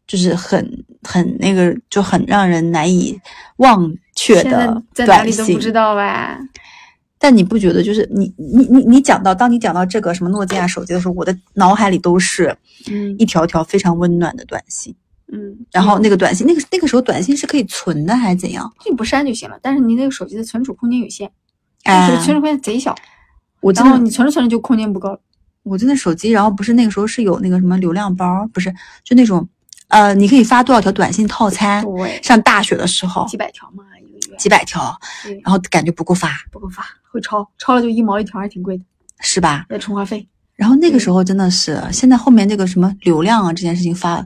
Speaker 3: 就是很很那个，就很让人难以忘却
Speaker 2: 现在
Speaker 3: 的
Speaker 2: 在哪
Speaker 3: 短
Speaker 2: 里都不
Speaker 3: 信。
Speaker 2: 知道吧？
Speaker 3: 但你不觉得就是你你你你讲到当你讲到这个什么诺基亚手机的时候，我的脑海里都是
Speaker 2: 嗯
Speaker 3: 一条条非常温暖的短信。
Speaker 2: 嗯，
Speaker 3: 然后那个短信，那个那个时候短信是可以存的还是怎样？
Speaker 2: 就你不删就行了。但是你那个手机的存储空间有限，
Speaker 3: 哎
Speaker 2: 就是存储空间贼小，
Speaker 3: 我真
Speaker 2: 然后
Speaker 3: 的
Speaker 2: 你存着存着就空间不够了。
Speaker 3: 我真的手机，然后不是那个时候是有那个什么流量包，不是就那种，呃，你可以发多少条短信套餐？
Speaker 2: 对，
Speaker 3: 上大学的时候
Speaker 2: 几百条嘛，一个月
Speaker 3: 几百条，
Speaker 2: 对
Speaker 3: 然后感觉不够发，
Speaker 2: 不够发，会超，超了就一毛一条，还挺贵的，
Speaker 3: 是吧？
Speaker 2: 要充话费。
Speaker 3: 然后那
Speaker 2: 嗯
Speaker 3: 个时候真的是，现在后面这个什么流量啊这件事情发，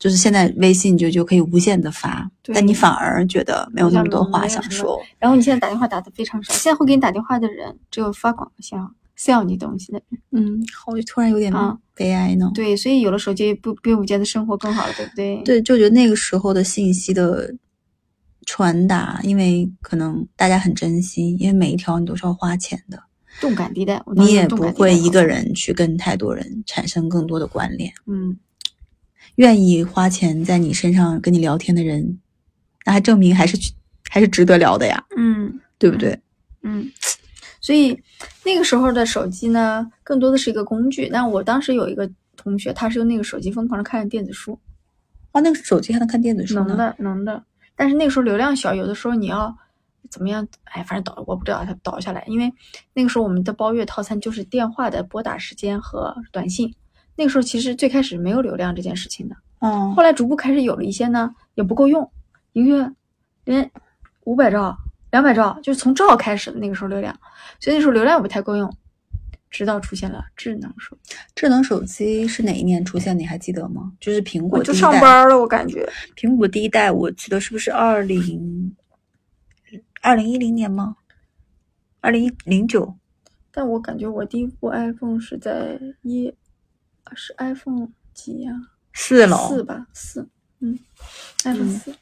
Speaker 3: 就是现在微信就就可以无限的发，
Speaker 2: 对
Speaker 3: 但你反而觉得没有那么多话
Speaker 2: 好像
Speaker 3: 想
Speaker 2: 没有什么
Speaker 3: 说。
Speaker 2: 然后你现在打电话打的非常少，现在会给你打电话的人只有发广告 sell 你东西的人。
Speaker 3: 嗯，我就突然有点
Speaker 2: 啊
Speaker 3: 悲哀呢。
Speaker 2: 对，所以有了手机不并不见得生活更好了，对不对？
Speaker 3: 对，就觉得那个时候的信息的传达，因为可能大家很珍惜，因为每一条你都是要花钱的，
Speaker 2: 动感地带，我当
Speaker 3: 你
Speaker 2: 时
Speaker 3: 也
Speaker 2: 动
Speaker 3: 不
Speaker 2: 感地带
Speaker 3: 会
Speaker 2: 好
Speaker 3: 一个
Speaker 2: 多，
Speaker 3: 人去跟太多人产生更多的关联。
Speaker 2: 嗯，
Speaker 3: 愿意花钱在你身上跟你聊天的人，那还证明还是去还是值得聊的呀，
Speaker 2: 嗯
Speaker 3: 对不对？
Speaker 2: 嗯，所以那个时候的手机呢，更多的是一个工具。那我当时有一个同学，他是用那个手机疯狂的看电子书，
Speaker 3: 啊，那个手机还能看电子书
Speaker 2: 能
Speaker 3: 呢，
Speaker 2: 的能的。但是那个时候流量小，有的时候你要怎么样？哎，反正倒我不知道它倒下来，因为那个时候我们的包月套餐就是电话的拨打时间和短信。那个时候其实最开始没有流量这件事情的，
Speaker 3: 嗯，
Speaker 2: 后来逐步开始有了一些呢，也不够用，一个月连五百兆、两百兆，就是从兆开始的那个时候流量，所以那时候流量也不太够用，直到出现了智能手机，
Speaker 3: 智能手机是哪一年出现？你还记得吗？就是苹果
Speaker 2: 我
Speaker 3: 第
Speaker 2: 就
Speaker 3: 一
Speaker 2: 上
Speaker 3: 代
Speaker 2: 班了，我感觉
Speaker 3: 苹果第一代，我记得是不是二零二零一零年吗？二零一零九
Speaker 2: 但我感觉我第一部 iPhone 是在一，啊是 iPhone 几呀、
Speaker 3: 四
Speaker 2: 四
Speaker 3: 了。
Speaker 2: 吧，四，嗯，iPhone 四、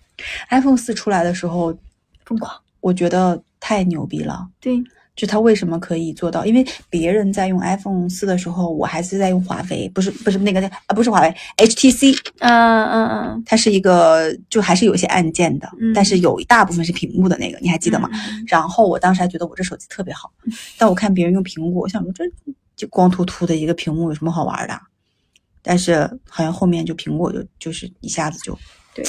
Speaker 3: iPhone 四出来的时候，
Speaker 2: 疯狂，
Speaker 3: 我觉得太牛逼了。
Speaker 2: 对，
Speaker 3: 就它为什么可以做到？因为别人在用 iPhone 四的时候，我还是在用华为，不是不是那个啊，不是华为，HTC，
Speaker 2: 嗯嗯嗯，
Speaker 3: 它是一个就还是有一些按键的，
Speaker 2: 嗯
Speaker 3: 但是有一大部分是屏幕的那个，你还记得吗？
Speaker 2: 嗯？
Speaker 3: 然后我当时还觉得我这手机特别 好，但我看别人用苹果，我想说这就光秃秃的一个屏幕有什么好玩的啊？但是好像后面就苹果就就是一下子就
Speaker 2: 对，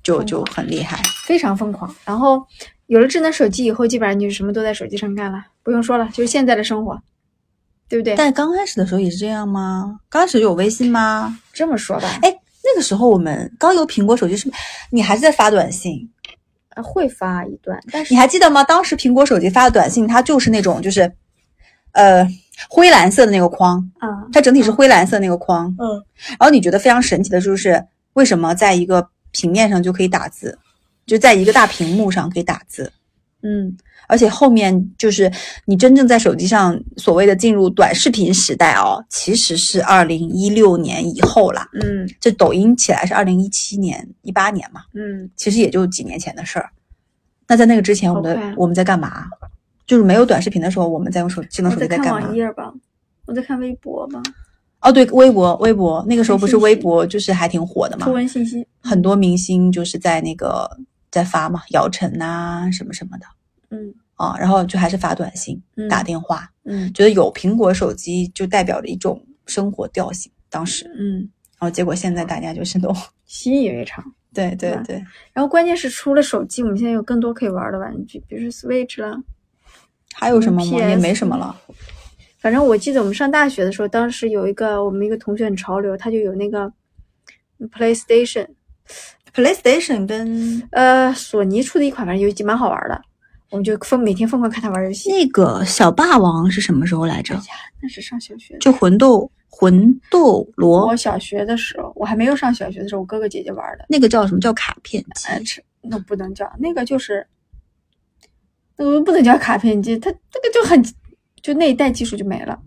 Speaker 3: 就就很厉害，
Speaker 2: 非常疯狂。然后有了智能手机以后，基本上你就什么都在手机上干了，不用说了，就是现在的生活，对不对？
Speaker 3: 但刚开始的时候也是这样吗？刚开始有微信吗？
Speaker 2: 这么说吧，
Speaker 3: 哎，那个时候我们刚有苹果手机是，你还是在发短信？
Speaker 2: 呃会发一段，但是
Speaker 3: 你还记得吗？当时苹果手机发的短信，它就是那种就是，呃，灰蓝色的那个框，
Speaker 2: 啊，
Speaker 3: 它整体是灰蓝色那个框。
Speaker 2: 嗯，
Speaker 3: 然后你觉得非常神奇的就是，为什么在一个平面上就可以打字，就在一个大屏幕上可以打字？嗯，而且后面就是你真正在手机上所谓的进入短视频时代哦，其实是二零一六年以后啦。
Speaker 2: 嗯
Speaker 3: 这抖音起来是二零一七年、一八年嘛，
Speaker 2: 嗯，
Speaker 3: 其实也就几年前的事儿。那在那个之前，我们
Speaker 2: 好快啊
Speaker 3: 的我们在干嘛？就是没有短视频的时候，我们在用手智能
Speaker 2: 我
Speaker 3: 手机
Speaker 2: 哦在看
Speaker 3: 干
Speaker 2: 网
Speaker 3: 嘛？
Speaker 2: 页吧，我在看微博吧，
Speaker 3: 哦，对，微博，微博那个时候不是
Speaker 2: 信息
Speaker 3: 微博，就是还挺火的嘛
Speaker 2: 图，文信息，
Speaker 3: 很多明星就是在那个在发嘛，姚晨呐、什么什么的
Speaker 2: 嗯
Speaker 3: 啊，然后就还是发短信、
Speaker 2: 嗯
Speaker 3: 打电话，
Speaker 2: 嗯
Speaker 3: 觉得有苹果手机就代表着一种生活调性。当时，
Speaker 2: 嗯，
Speaker 3: 然后结果现在大家就是都
Speaker 2: 习以为常。
Speaker 3: 对对
Speaker 2: 对
Speaker 3: 对，
Speaker 2: 然后关键是除了手机，我们现在有更多可以玩的玩具，比如说 Switch 啦。
Speaker 3: 还有什么吗？
Speaker 2: PS
Speaker 3: 也没什么了。
Speaker 2: 反正我记得我们上大学的时候，当时有一个我们一个同学很潮流，他就有那个 PlayStation，
Speaker 3: PlayStation 跟
Speaker 2: 呃，索尼出的一款，反正游戏蛮好玩的，我们就疯每天疯狂看他玩游戏。
Speaker 3: 那个小霸王是什么时候来
Speaker 2: 哎
Speaker 3: 着？
Speaker 2: 那是上小学的时
Speaker 3: 就魂斗魂斗
Speaker 2: 候，
Speaker 3: 罗
Speaker 2: 我小学的时候，我还没有上小学的时候，我哥哥姐姐玩的。
Speaker 3: 那个叫什么叫卡片机？
Speaker 2: 呃，吃那不能叫那个就是，那个不能叫卡片机，它这个就很，就那一代技术就没了，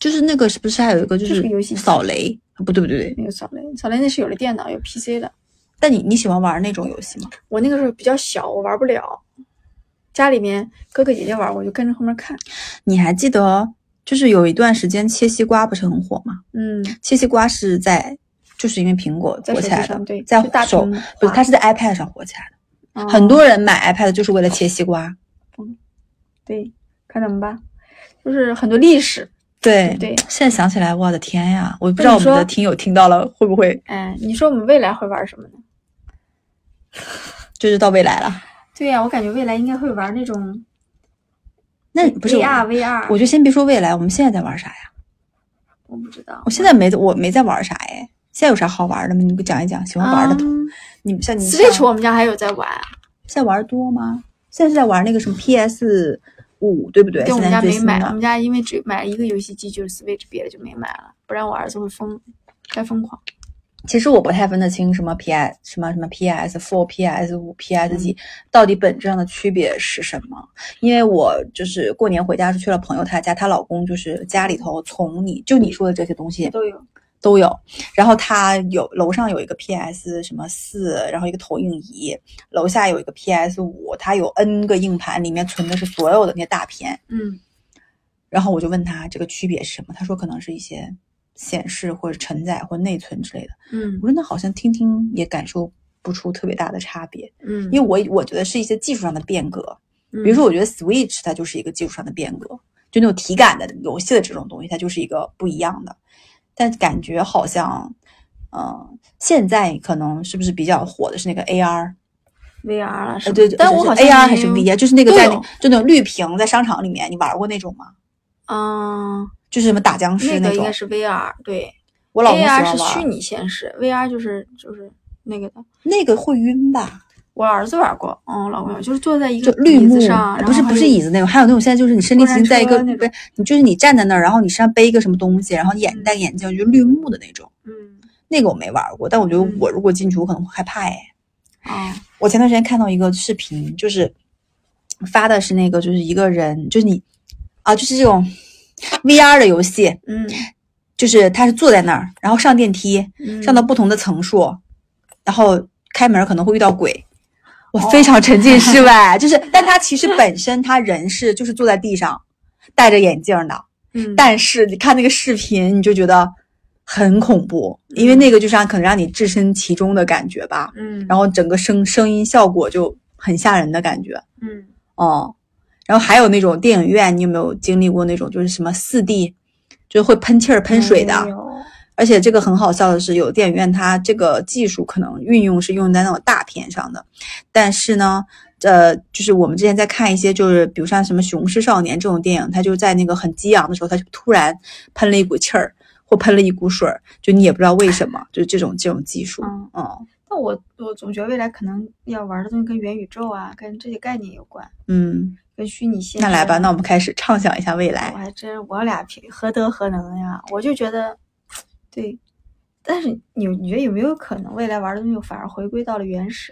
Speaker 3: 就是那个是不是还有一个就
Speaker 2: 就是是个游戏机
Speaker 3: 扫雷？啊不对不对不对，
Speaker 2: 没有扫雷。扫雷那是有了电脑有 PC 的，
Speaker 3: 但你你喜欢玩那种游戏吗？
Speaker 2: 我那个时候比较小，我玩不了。家里面哥哥姐姐玩，我就跟着后面看。
Speaker 3: 你还记得就是有一段时间切西瓜不是很火吗？
Speaker 2: 嗯，
Speaker 3: 切西瓜是在就是因为苹果
Speaker 2: 在
Speaker 3: 火
Speaker 2: 手
Speaker 3: 起
Speaker 2: 机
Speaker 3: 来
Speaker 2: 上
Speaker 3: 的，
Speaker 2: 对
Speaker 3: 在
Speaker 2: 就大
Speaker 3: 手
Speaker 2: 屏幕
Speaker 3: 不是
Speaker 2: 化
Speaker 3: 它是在 iPad 上火起来的。
Speaker 2: 哦
Speaker 3: 很多人买 iPad 就是为了切西瓜。
Speaker 2: 对，看懂吧？就是很多历史。
Speaker 3: 对
Speaker 2: 对
Speaker 3: 现在想起来，我的天呀！我不知
Speaker 2: 那
Speaker 3: 道我
Speaker 2: 你
Speaker 3: 们的
Speaker 2: 说
Speaker 3: 听友听到了会不会
Speaker 2: 哎，你说我们未来会玩什么呢？
Speaker 3: 就是到未来了。
Speaker 2: 对呀、我感觉未来应该会玩那种
Speaker 3: 那
Speaker 2: 嗯
Speaker 3: 不是
Speaker 2: AR、VR。
Speaker 3: 我就先别说未来，我们现在在玩啥呀？
Speaker 2: 我不知道
Speaker 3: 我，现在没我没在玩啥哎，现在有啥好玩的吗？你给我讲一讲，喜欢玩的吧。
Speaker 2: 嗯
Speaker 3: 你们像你
Speaker 2: Switch
Speaker 3: 像
Speaker 2: 我们家还有在玩，
Speaker 3: 现在玩的多吗？现在是在玩那个什么 PS 五，对不对？
Speaker 2: 对，我们
Speaker 3: 现在
Speaker 2: 家
Speaker 3: 最
Speaker 2: 没
Speaker 3: 新
Speaker 2: 买，我
Speaker 3: 的
Speaker 2: 们家因为只买了一个游戏机，就是 Switch，别的就没买了，不然我儿子会疯，太疯狂。
Speaker 3: 其实我不太分得清什么 PS 什么什么 PS Four、PS 五、PS
Speaker 2: 嗯
Speaker 3: 几、到底本质上的区别是什么？因为我就是过年回家是去了朋友她家，她老公就是家里头从你就你说的这些东西
Speaker 2: 都有，
Speaker 3: 都有。然后他有楼上有一个 PS 什么四，然后一个投影仪，楼下有一个 PS 五，他有 N 个硬盘，里面存的是所有的那些大片。
Speaker 2: 嗯，
Speaker 3: 然后我就问他这个区别是什么，他说可能是一些显示或者承载或内存之类的。
Speaker 2: 嗯
Speaker 3: 我说那好像听听也感受不出特别大的差别，
Speaker 2: 嗯
Speaker 3: 因为我我觉得是一些技术上的变革。
Speaker 2: 比
Speaker 3: 比如说，，我觉得 Switch 它就是一个技术上的变革，就那种体感的游戏的这种东西，它就是一个不一样的。但感觉好像，嗯、现在可能是不是比较火的是那个 AR？
Speaker 2: VR 了，是
Speaker 3: 呃，
Speaker 2: 吧
Speaker 3: 对，对
Speaker 2: 但
Speaker 3: 是
Speaker 2: 我好像
Speaker 3: AR 还是
Speaker 2: 没
Speaker 3: VR，就是那个
Speaker 2: 都
Speaker 3: 在
Speaker 2: 有
Speaker 3: 那就那种绿屏，在商场里面，你玩过那种吗？
Speaker 2: 嗯，
Speaker 3: 就是什么打僵尸
Speaker 2: 那个应
Speaker 3: 种。
Speaker 2: 该是 VR，对
Speaker 3: 我老公喜欢
Speaker 2: ，AR 是
Speaker 3: 玩
Speaker 2: 虚拟现实，VR 就是就是那个的。
Speaker 3: 那个会晕吧？
Speaker 2: 我儿子玩过，嗯，我老公玩，就是坐在一
Speaker 3: 就
Speaker 2: 个
Speaker 3: 绿
Speaker 2: 椅
Speaker 3: 幕呃
Speaker 2: 子上，
Speaker 3: 不是
Speaker 2: 然后
Speaker 3: 不是
Speaker 2: 还有
Speaker 3: 椅子那种，还有那种现在就是你身临
Speaker 2: 过
Speaker 3: 其
Speaker 2: 山
Speaker 3: 境在一
Speaker 2: 车
Speaker 3: 个
Speaker 2: 那
Speaker 3: 不
Speaker 2: 种
Speaker 3: 是，你就是你站在那儿，然后你身上背一个什么东西，然后你眼戴个眼镜，就是绿幕的那种。
Speaker 2: 嗯
Speaker 3: 那个我没玩过，但我觉得
Speaker 2: 嗯
Speaker 3: 我如果进去，我可能会害怕哎。
Speaker 2: 啊
Speaker 3: 我前段时间看到一个视频，就是发的是那个，就是一个人，就是你啊，就是这种 VR 的游戏，
Speaker 2: 嗯
Speaker 3: 就是他是坐在那儿，然后上电梯，
Speaker 2: 嗯，
Speaker 3: 上到不同的层数，然后开门可能会遇到鬼。我
Speaker 2: 哦
Speaker 3: 非常沉浸 式外，就是，但他其实本身他人是就是坐在地上，戴着眼镜的，
Speaker 2: 嗯
Speaker 3: 但是你看那个视频，你就觉得很恐怖，因为那个就是让可能让你置身其中的感觉吧，
Speaker 2: 嗯，
Speaker 3: 然后整个声声音效果就很吓人的感觉
Speaker 2: 嗯
Speaker 3: 哦。然后还有那种电影院，你有没有经历过那种就是什么四 D，就是会喷气儿、喷水的？
Speaker 2: 没嗯有
Speaker 3: 而且这个很好笑的是，有电影院它这个技术可能运用是用在那种大片上的，但是呢，呃，就是我们之前在看一些，就是比如像什么《雄狮少年》这种电影，他就在那个很激昂的时候，他就突然喷了一股气儿，或喷了一股水儿，就你也不知道为什么，就是这种这种技术，
Speaker 2: 嗯
Speaker 3: 嗯
Speaker 2: 但我我总觉得未来可能要玩的东西跟元宇宙啊，跟这些概念有关，
Speaker 3: 嗯，
Speaker 2: 跟虚拟现实
Speaker 3: 那
Speaker 2: 啊。
Speaker 3: 来吧，那我们开始畅想一下未来
Speaker 2: 我。还真我俩平何德何能呀？我就觉得，对。但是你你觉得有没有可能未来玩的东西反而回归到了原始，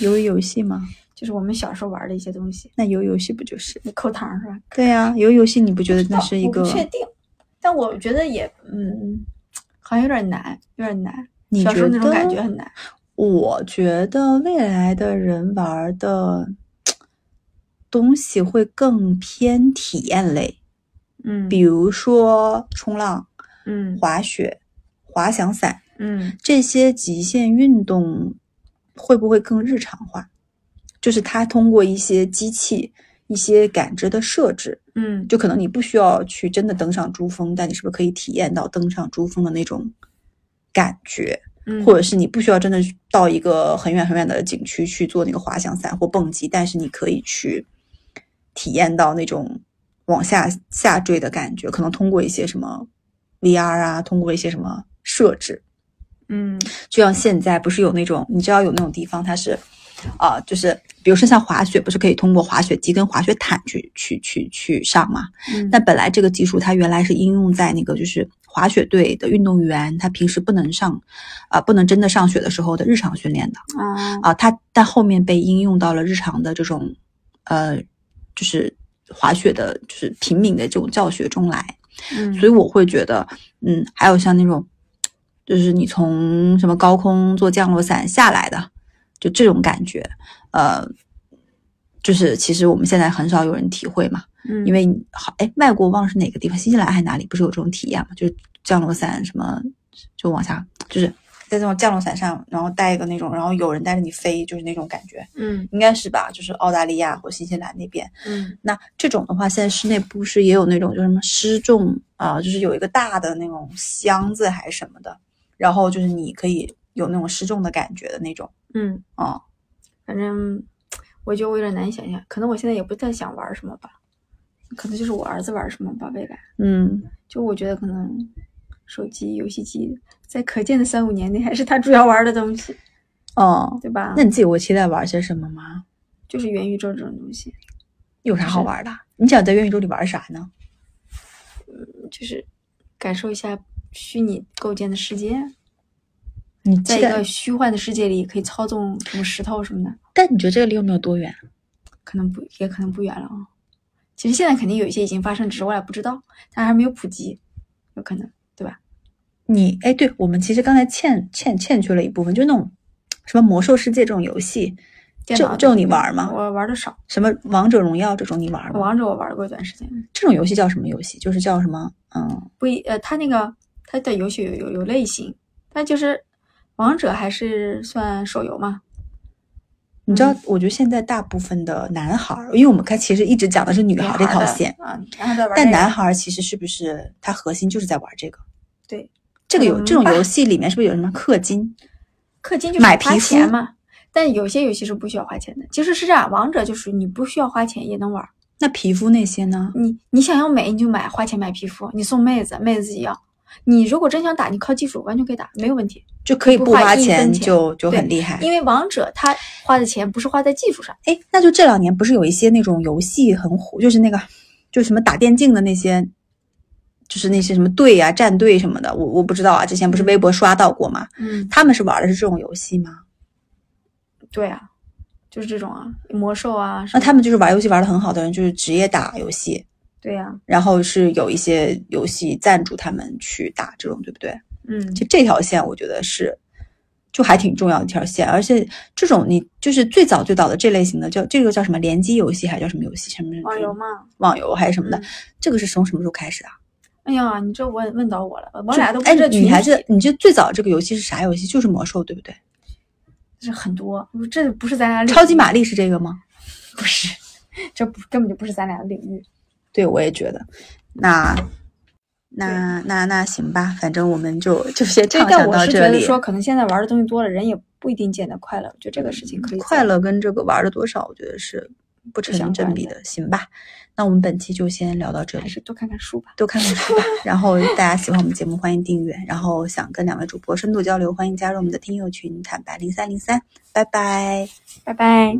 Speaker 3: 鱿鱼游戏吗？
Speaker 2: 就是我们小时候玩的一些东西？
Speaker 3: 那鱿鱼游戏不就是？
Speaker 2: 你扣糖是吧？
Speaker 3: 对呀、鱿鱼游戏你不觉得那是一
Speaker 2: 我
Speaker 3: 个
Speaker 2: 不？确定，但我觉得也嗯，好像有点难，有点难。
Speaker 3: 你
Speaker 2: 小时候那种
Speaker 3: 觉得
Speaker 2: 感觉很难。
Speaker 3: 我觉得未来的人玩的东西会更偏体验类，
Speaker 2: 嗯
Speaker 3: 比如说冲浪、
Speaker 2: 嗯
Speaker 3: 滑雪、滑翔伞
Speaker 2: 嗯
Speaker 3: 这些极限运动，会不会更日常化？就是它通过一些机器、一些感知的设置，
Speaker 2: 嗯，
Speaker 3: 就可能你不需要去真的登上珠峰，但你是不是可以体验到登上珠峰的那种感觉？
Speaker 2: 嗯
Speaker 3: 或者是你不需要真的去到一个很远很远的景区去做那个滑翔伞或蹦极，但是你可以去体验到那种往下下坠的感觉，可能通过一些什么 VR 啊，通过一些什么设置，
Speaker 2: 嗯
Speaker 3: 就像现在不是有那种你知道有那种地方它是啊、就是比如说像滑雪，不是可以通过滑雪机跟滑雪毯去去去去上吗？
Speaker 2: 嗯
Speaker 3: 那本来这个技术它原来是应用在那个就是滑雪队的运动员，他平时不能上，啊、不能真的上雪的时候的日常训练的
Speaker 2: 啊
Speaker 3: 啊，它但后面被应用到了日常的这种，呃，就是滑雪的，就是平民的这种教学中来。
Speaker 2: 嗯
Speaker 3: 所以我会觉得，嗯，还有像那种，就是你从什么高空做降落伞下来的，就这种感觉，呃，就是其实我们现在很少有人体会嘛。
Speaker 2: 嗯
Speaker 3: 因为你好，哎，外国忘了是哪个地方，新西兰还哪里不是有这种体验嘛？就是降落伞什么，就往下，就是在这种降落伞上，然后带一个那种，然后有人带着你飞，就是那种感觉，
Speaker 2: 嗯
Speaker 3: 应该是吧？就是澳大利亚或新西兰那边。
Speaker 2: 嗯
Speaker 3: 那这种的话，现在室内不是也有那种就是什么失重啊、就是有一个大的那种箱子还是什么的，然后就是你可以有那种失重的感觉的那种
Speaker 2: 嗯，
Speaker 3: 啊、
Speaker 2: 反正我觉得我有点难以想象，可能我现在也不太想玩什么吧，可能就是我儿子玩什么吧，未来
Speaker 3: 嗯，
Speaker 2: 就我觉得可能手机游戏机在可见的三五年内 还是他主要玩的东西，
Speaker 3: 哦，
Speaker 2: 对吧？
Speaker 3: 那你自己会期待玩些什么吗？
Speaker 2: 就是元宇宙这种东西，
Speaker 3: 有啥好玩的？你想在元宇宙里玩啥呢？
Speaker 2: 就是感受一下虚拟构建的世界，
Speaker 3: 你
Speaker 2: 在
Speaker 3: 期
Speaker 2: 一
Speaker 3: 待
Speaker 2: 个虚幻的世界里可以操纵什么石头什么的。
Speaker 3: 但你觉得这个离我们有多远？啊
Speaker 2: 可能不也可能不远了啊。其实现在肯定有一些已经发生，只是我俩不知道，它还没有普及，有可能，对吧？
Speaker 3: 你哎，对我们其实刚才欠欠欠缺了一部分，就那种什么魔兽世界这种游戏，这
Speaker 2: 电脑的
Speaker 3: 这种你玩吗？嗯
Speaker 2: 我玩的少，
Speaker 3: 什么王者荣耀这种你玩吗？
Speaker 2: 王者我玩过一段时间，
Speaker 3: 这种游戏叫什么游戏？就是叫什么？嗯，
Speaker 2: 不一呃，它那个它的游戏有有有类型，但就是王者还是算手游嘛，
Speaker 3: 你知道
Speaker 2: 嗯，
Speaker 3: 我觉得现在大部分的男孩儿，因为我们看其实一直讲的是女孩儿这
Speaker 2: 女孩
Speaker 3: 条
Speaker 2: 的
Speaker 3: 线，
Speaker 2: 啊，然后再玩这
Speaker 3: 但
Speaker 2: 个
Speaker 3: 男孩儿其实是不是他核心就是在玩这个？
Speaker 2: 对，
Speaker 3: 这个有
Speaker 2: 嗯
Speaker 3: 这种
Speaker 2: 吧
Speaker 3: 游戏里面是不是有什么氪金？
Speaker 2: 氪金就是
Speaker 3: 买
Speaker 2: 花
Speaker 3: 皮肤
Speaker 2: 钱嘛，但有些游戏是不需要花钱的，其实是这样，王者就是你不需要花钱也能玩，
Speaker 3: 那皮肤那些呢？
Speaker 2: 你你想要美你就买，花钱买皮肤，你送妹子，妹子自己要。你如果真想打，你靠技术完全可以打，没有问题。
Speaker 3: 就可以
Speaker 2: 不
Speaker 3: 不
Speaker 2: 花
Speaker 3: 花
Speaker 2: 一分
Speaker 3: 钱
Speaker 2: 钱
Speaker 3: 就就
Speaker 2: 对
Speaker 3: 很厉害。
Speaker 2: 因为王者他花的钱不是花在技术上，
Speaker 3: 哎，那就这两年不是有一些那种游戏很火，就是那个，就是什么打电竞的那些，就是那些什么队啊、战队什么的，我我不知道啊。之前不是微博刷到过吗？
Speaker 2: 嗯，
Speaker 3: 他们是玩的是这种游戏吗？
Speaker 2: 对啊，就是这种啊，魔兽啊什
Speaker 3: 那
Speaker 2: 么，
Speaker 3: 他们就是玩游戏玩的很好的人，就是职业打游戏，
Speaker 2: 对啊呀、
Speaker 3: 然后是有一些游戏赞助他们去打这种，对不对？
Speaker 2: 嗯，
Speaker 3: 就这条线，我觉得是就还挺重要的一条线。而且这种你就是最早最早的这类型的叫这个叫什么联机游戏还是叫什么游戏？什么
Speaker 2: 网游嘛，
Speaker 3: 网游还是什么的？
Speaker 2: 嗯
Speaker 3: 这个是从什么时候开始的？啊
Speaker 2: 哎呀，你这问问到我了，我
Speaker 3: 就
Speaker 2: 俩都不
Speaker 3: 哎
Speaker 2: 是这，群体，
Speaker 3: 你还是你这最早这个游戏是啥游戏？就是魔兽，对不对？
Speaker 2: 这很多，这不是咱俩领域
Speaker 3: 超级玛丽是这个吗？
Speaker 2: 不是，这不根本就不是咱俩的领域。
Speaker 3: 对，我也觉得。那那那那行吧，反正我们就就先
Speaker 2: 对
Speaker 3: 畅，
Speaker 2: 但
Speaker 3: 想
Speaker 2: 我
Speaker 3: 到
Speaker 2: 是
Speaker 3: 这
Speaker 2: 觉得
Speaker 3: 里。
Speaker 2: 说，可能现在玩的东西多了，人也不一定见得快乐。我觉得这个事情可以
Speaker 3: 快乐跟这个玩的多少，我觉得是不成正比的，行吧？那我们本期就先聊到这
Speaker 2: 还
Speaker 3: 里，
Speaker 2: 是多看看书吧。
Speaker 3: 多看 看书吧。然后大家喜欢我们节目，欢迎订阅。然后想跟两位主播深度交流，欢迎加入我们的听友群，坦白零三零三，拜拜。
Speaker 4: 拜拜。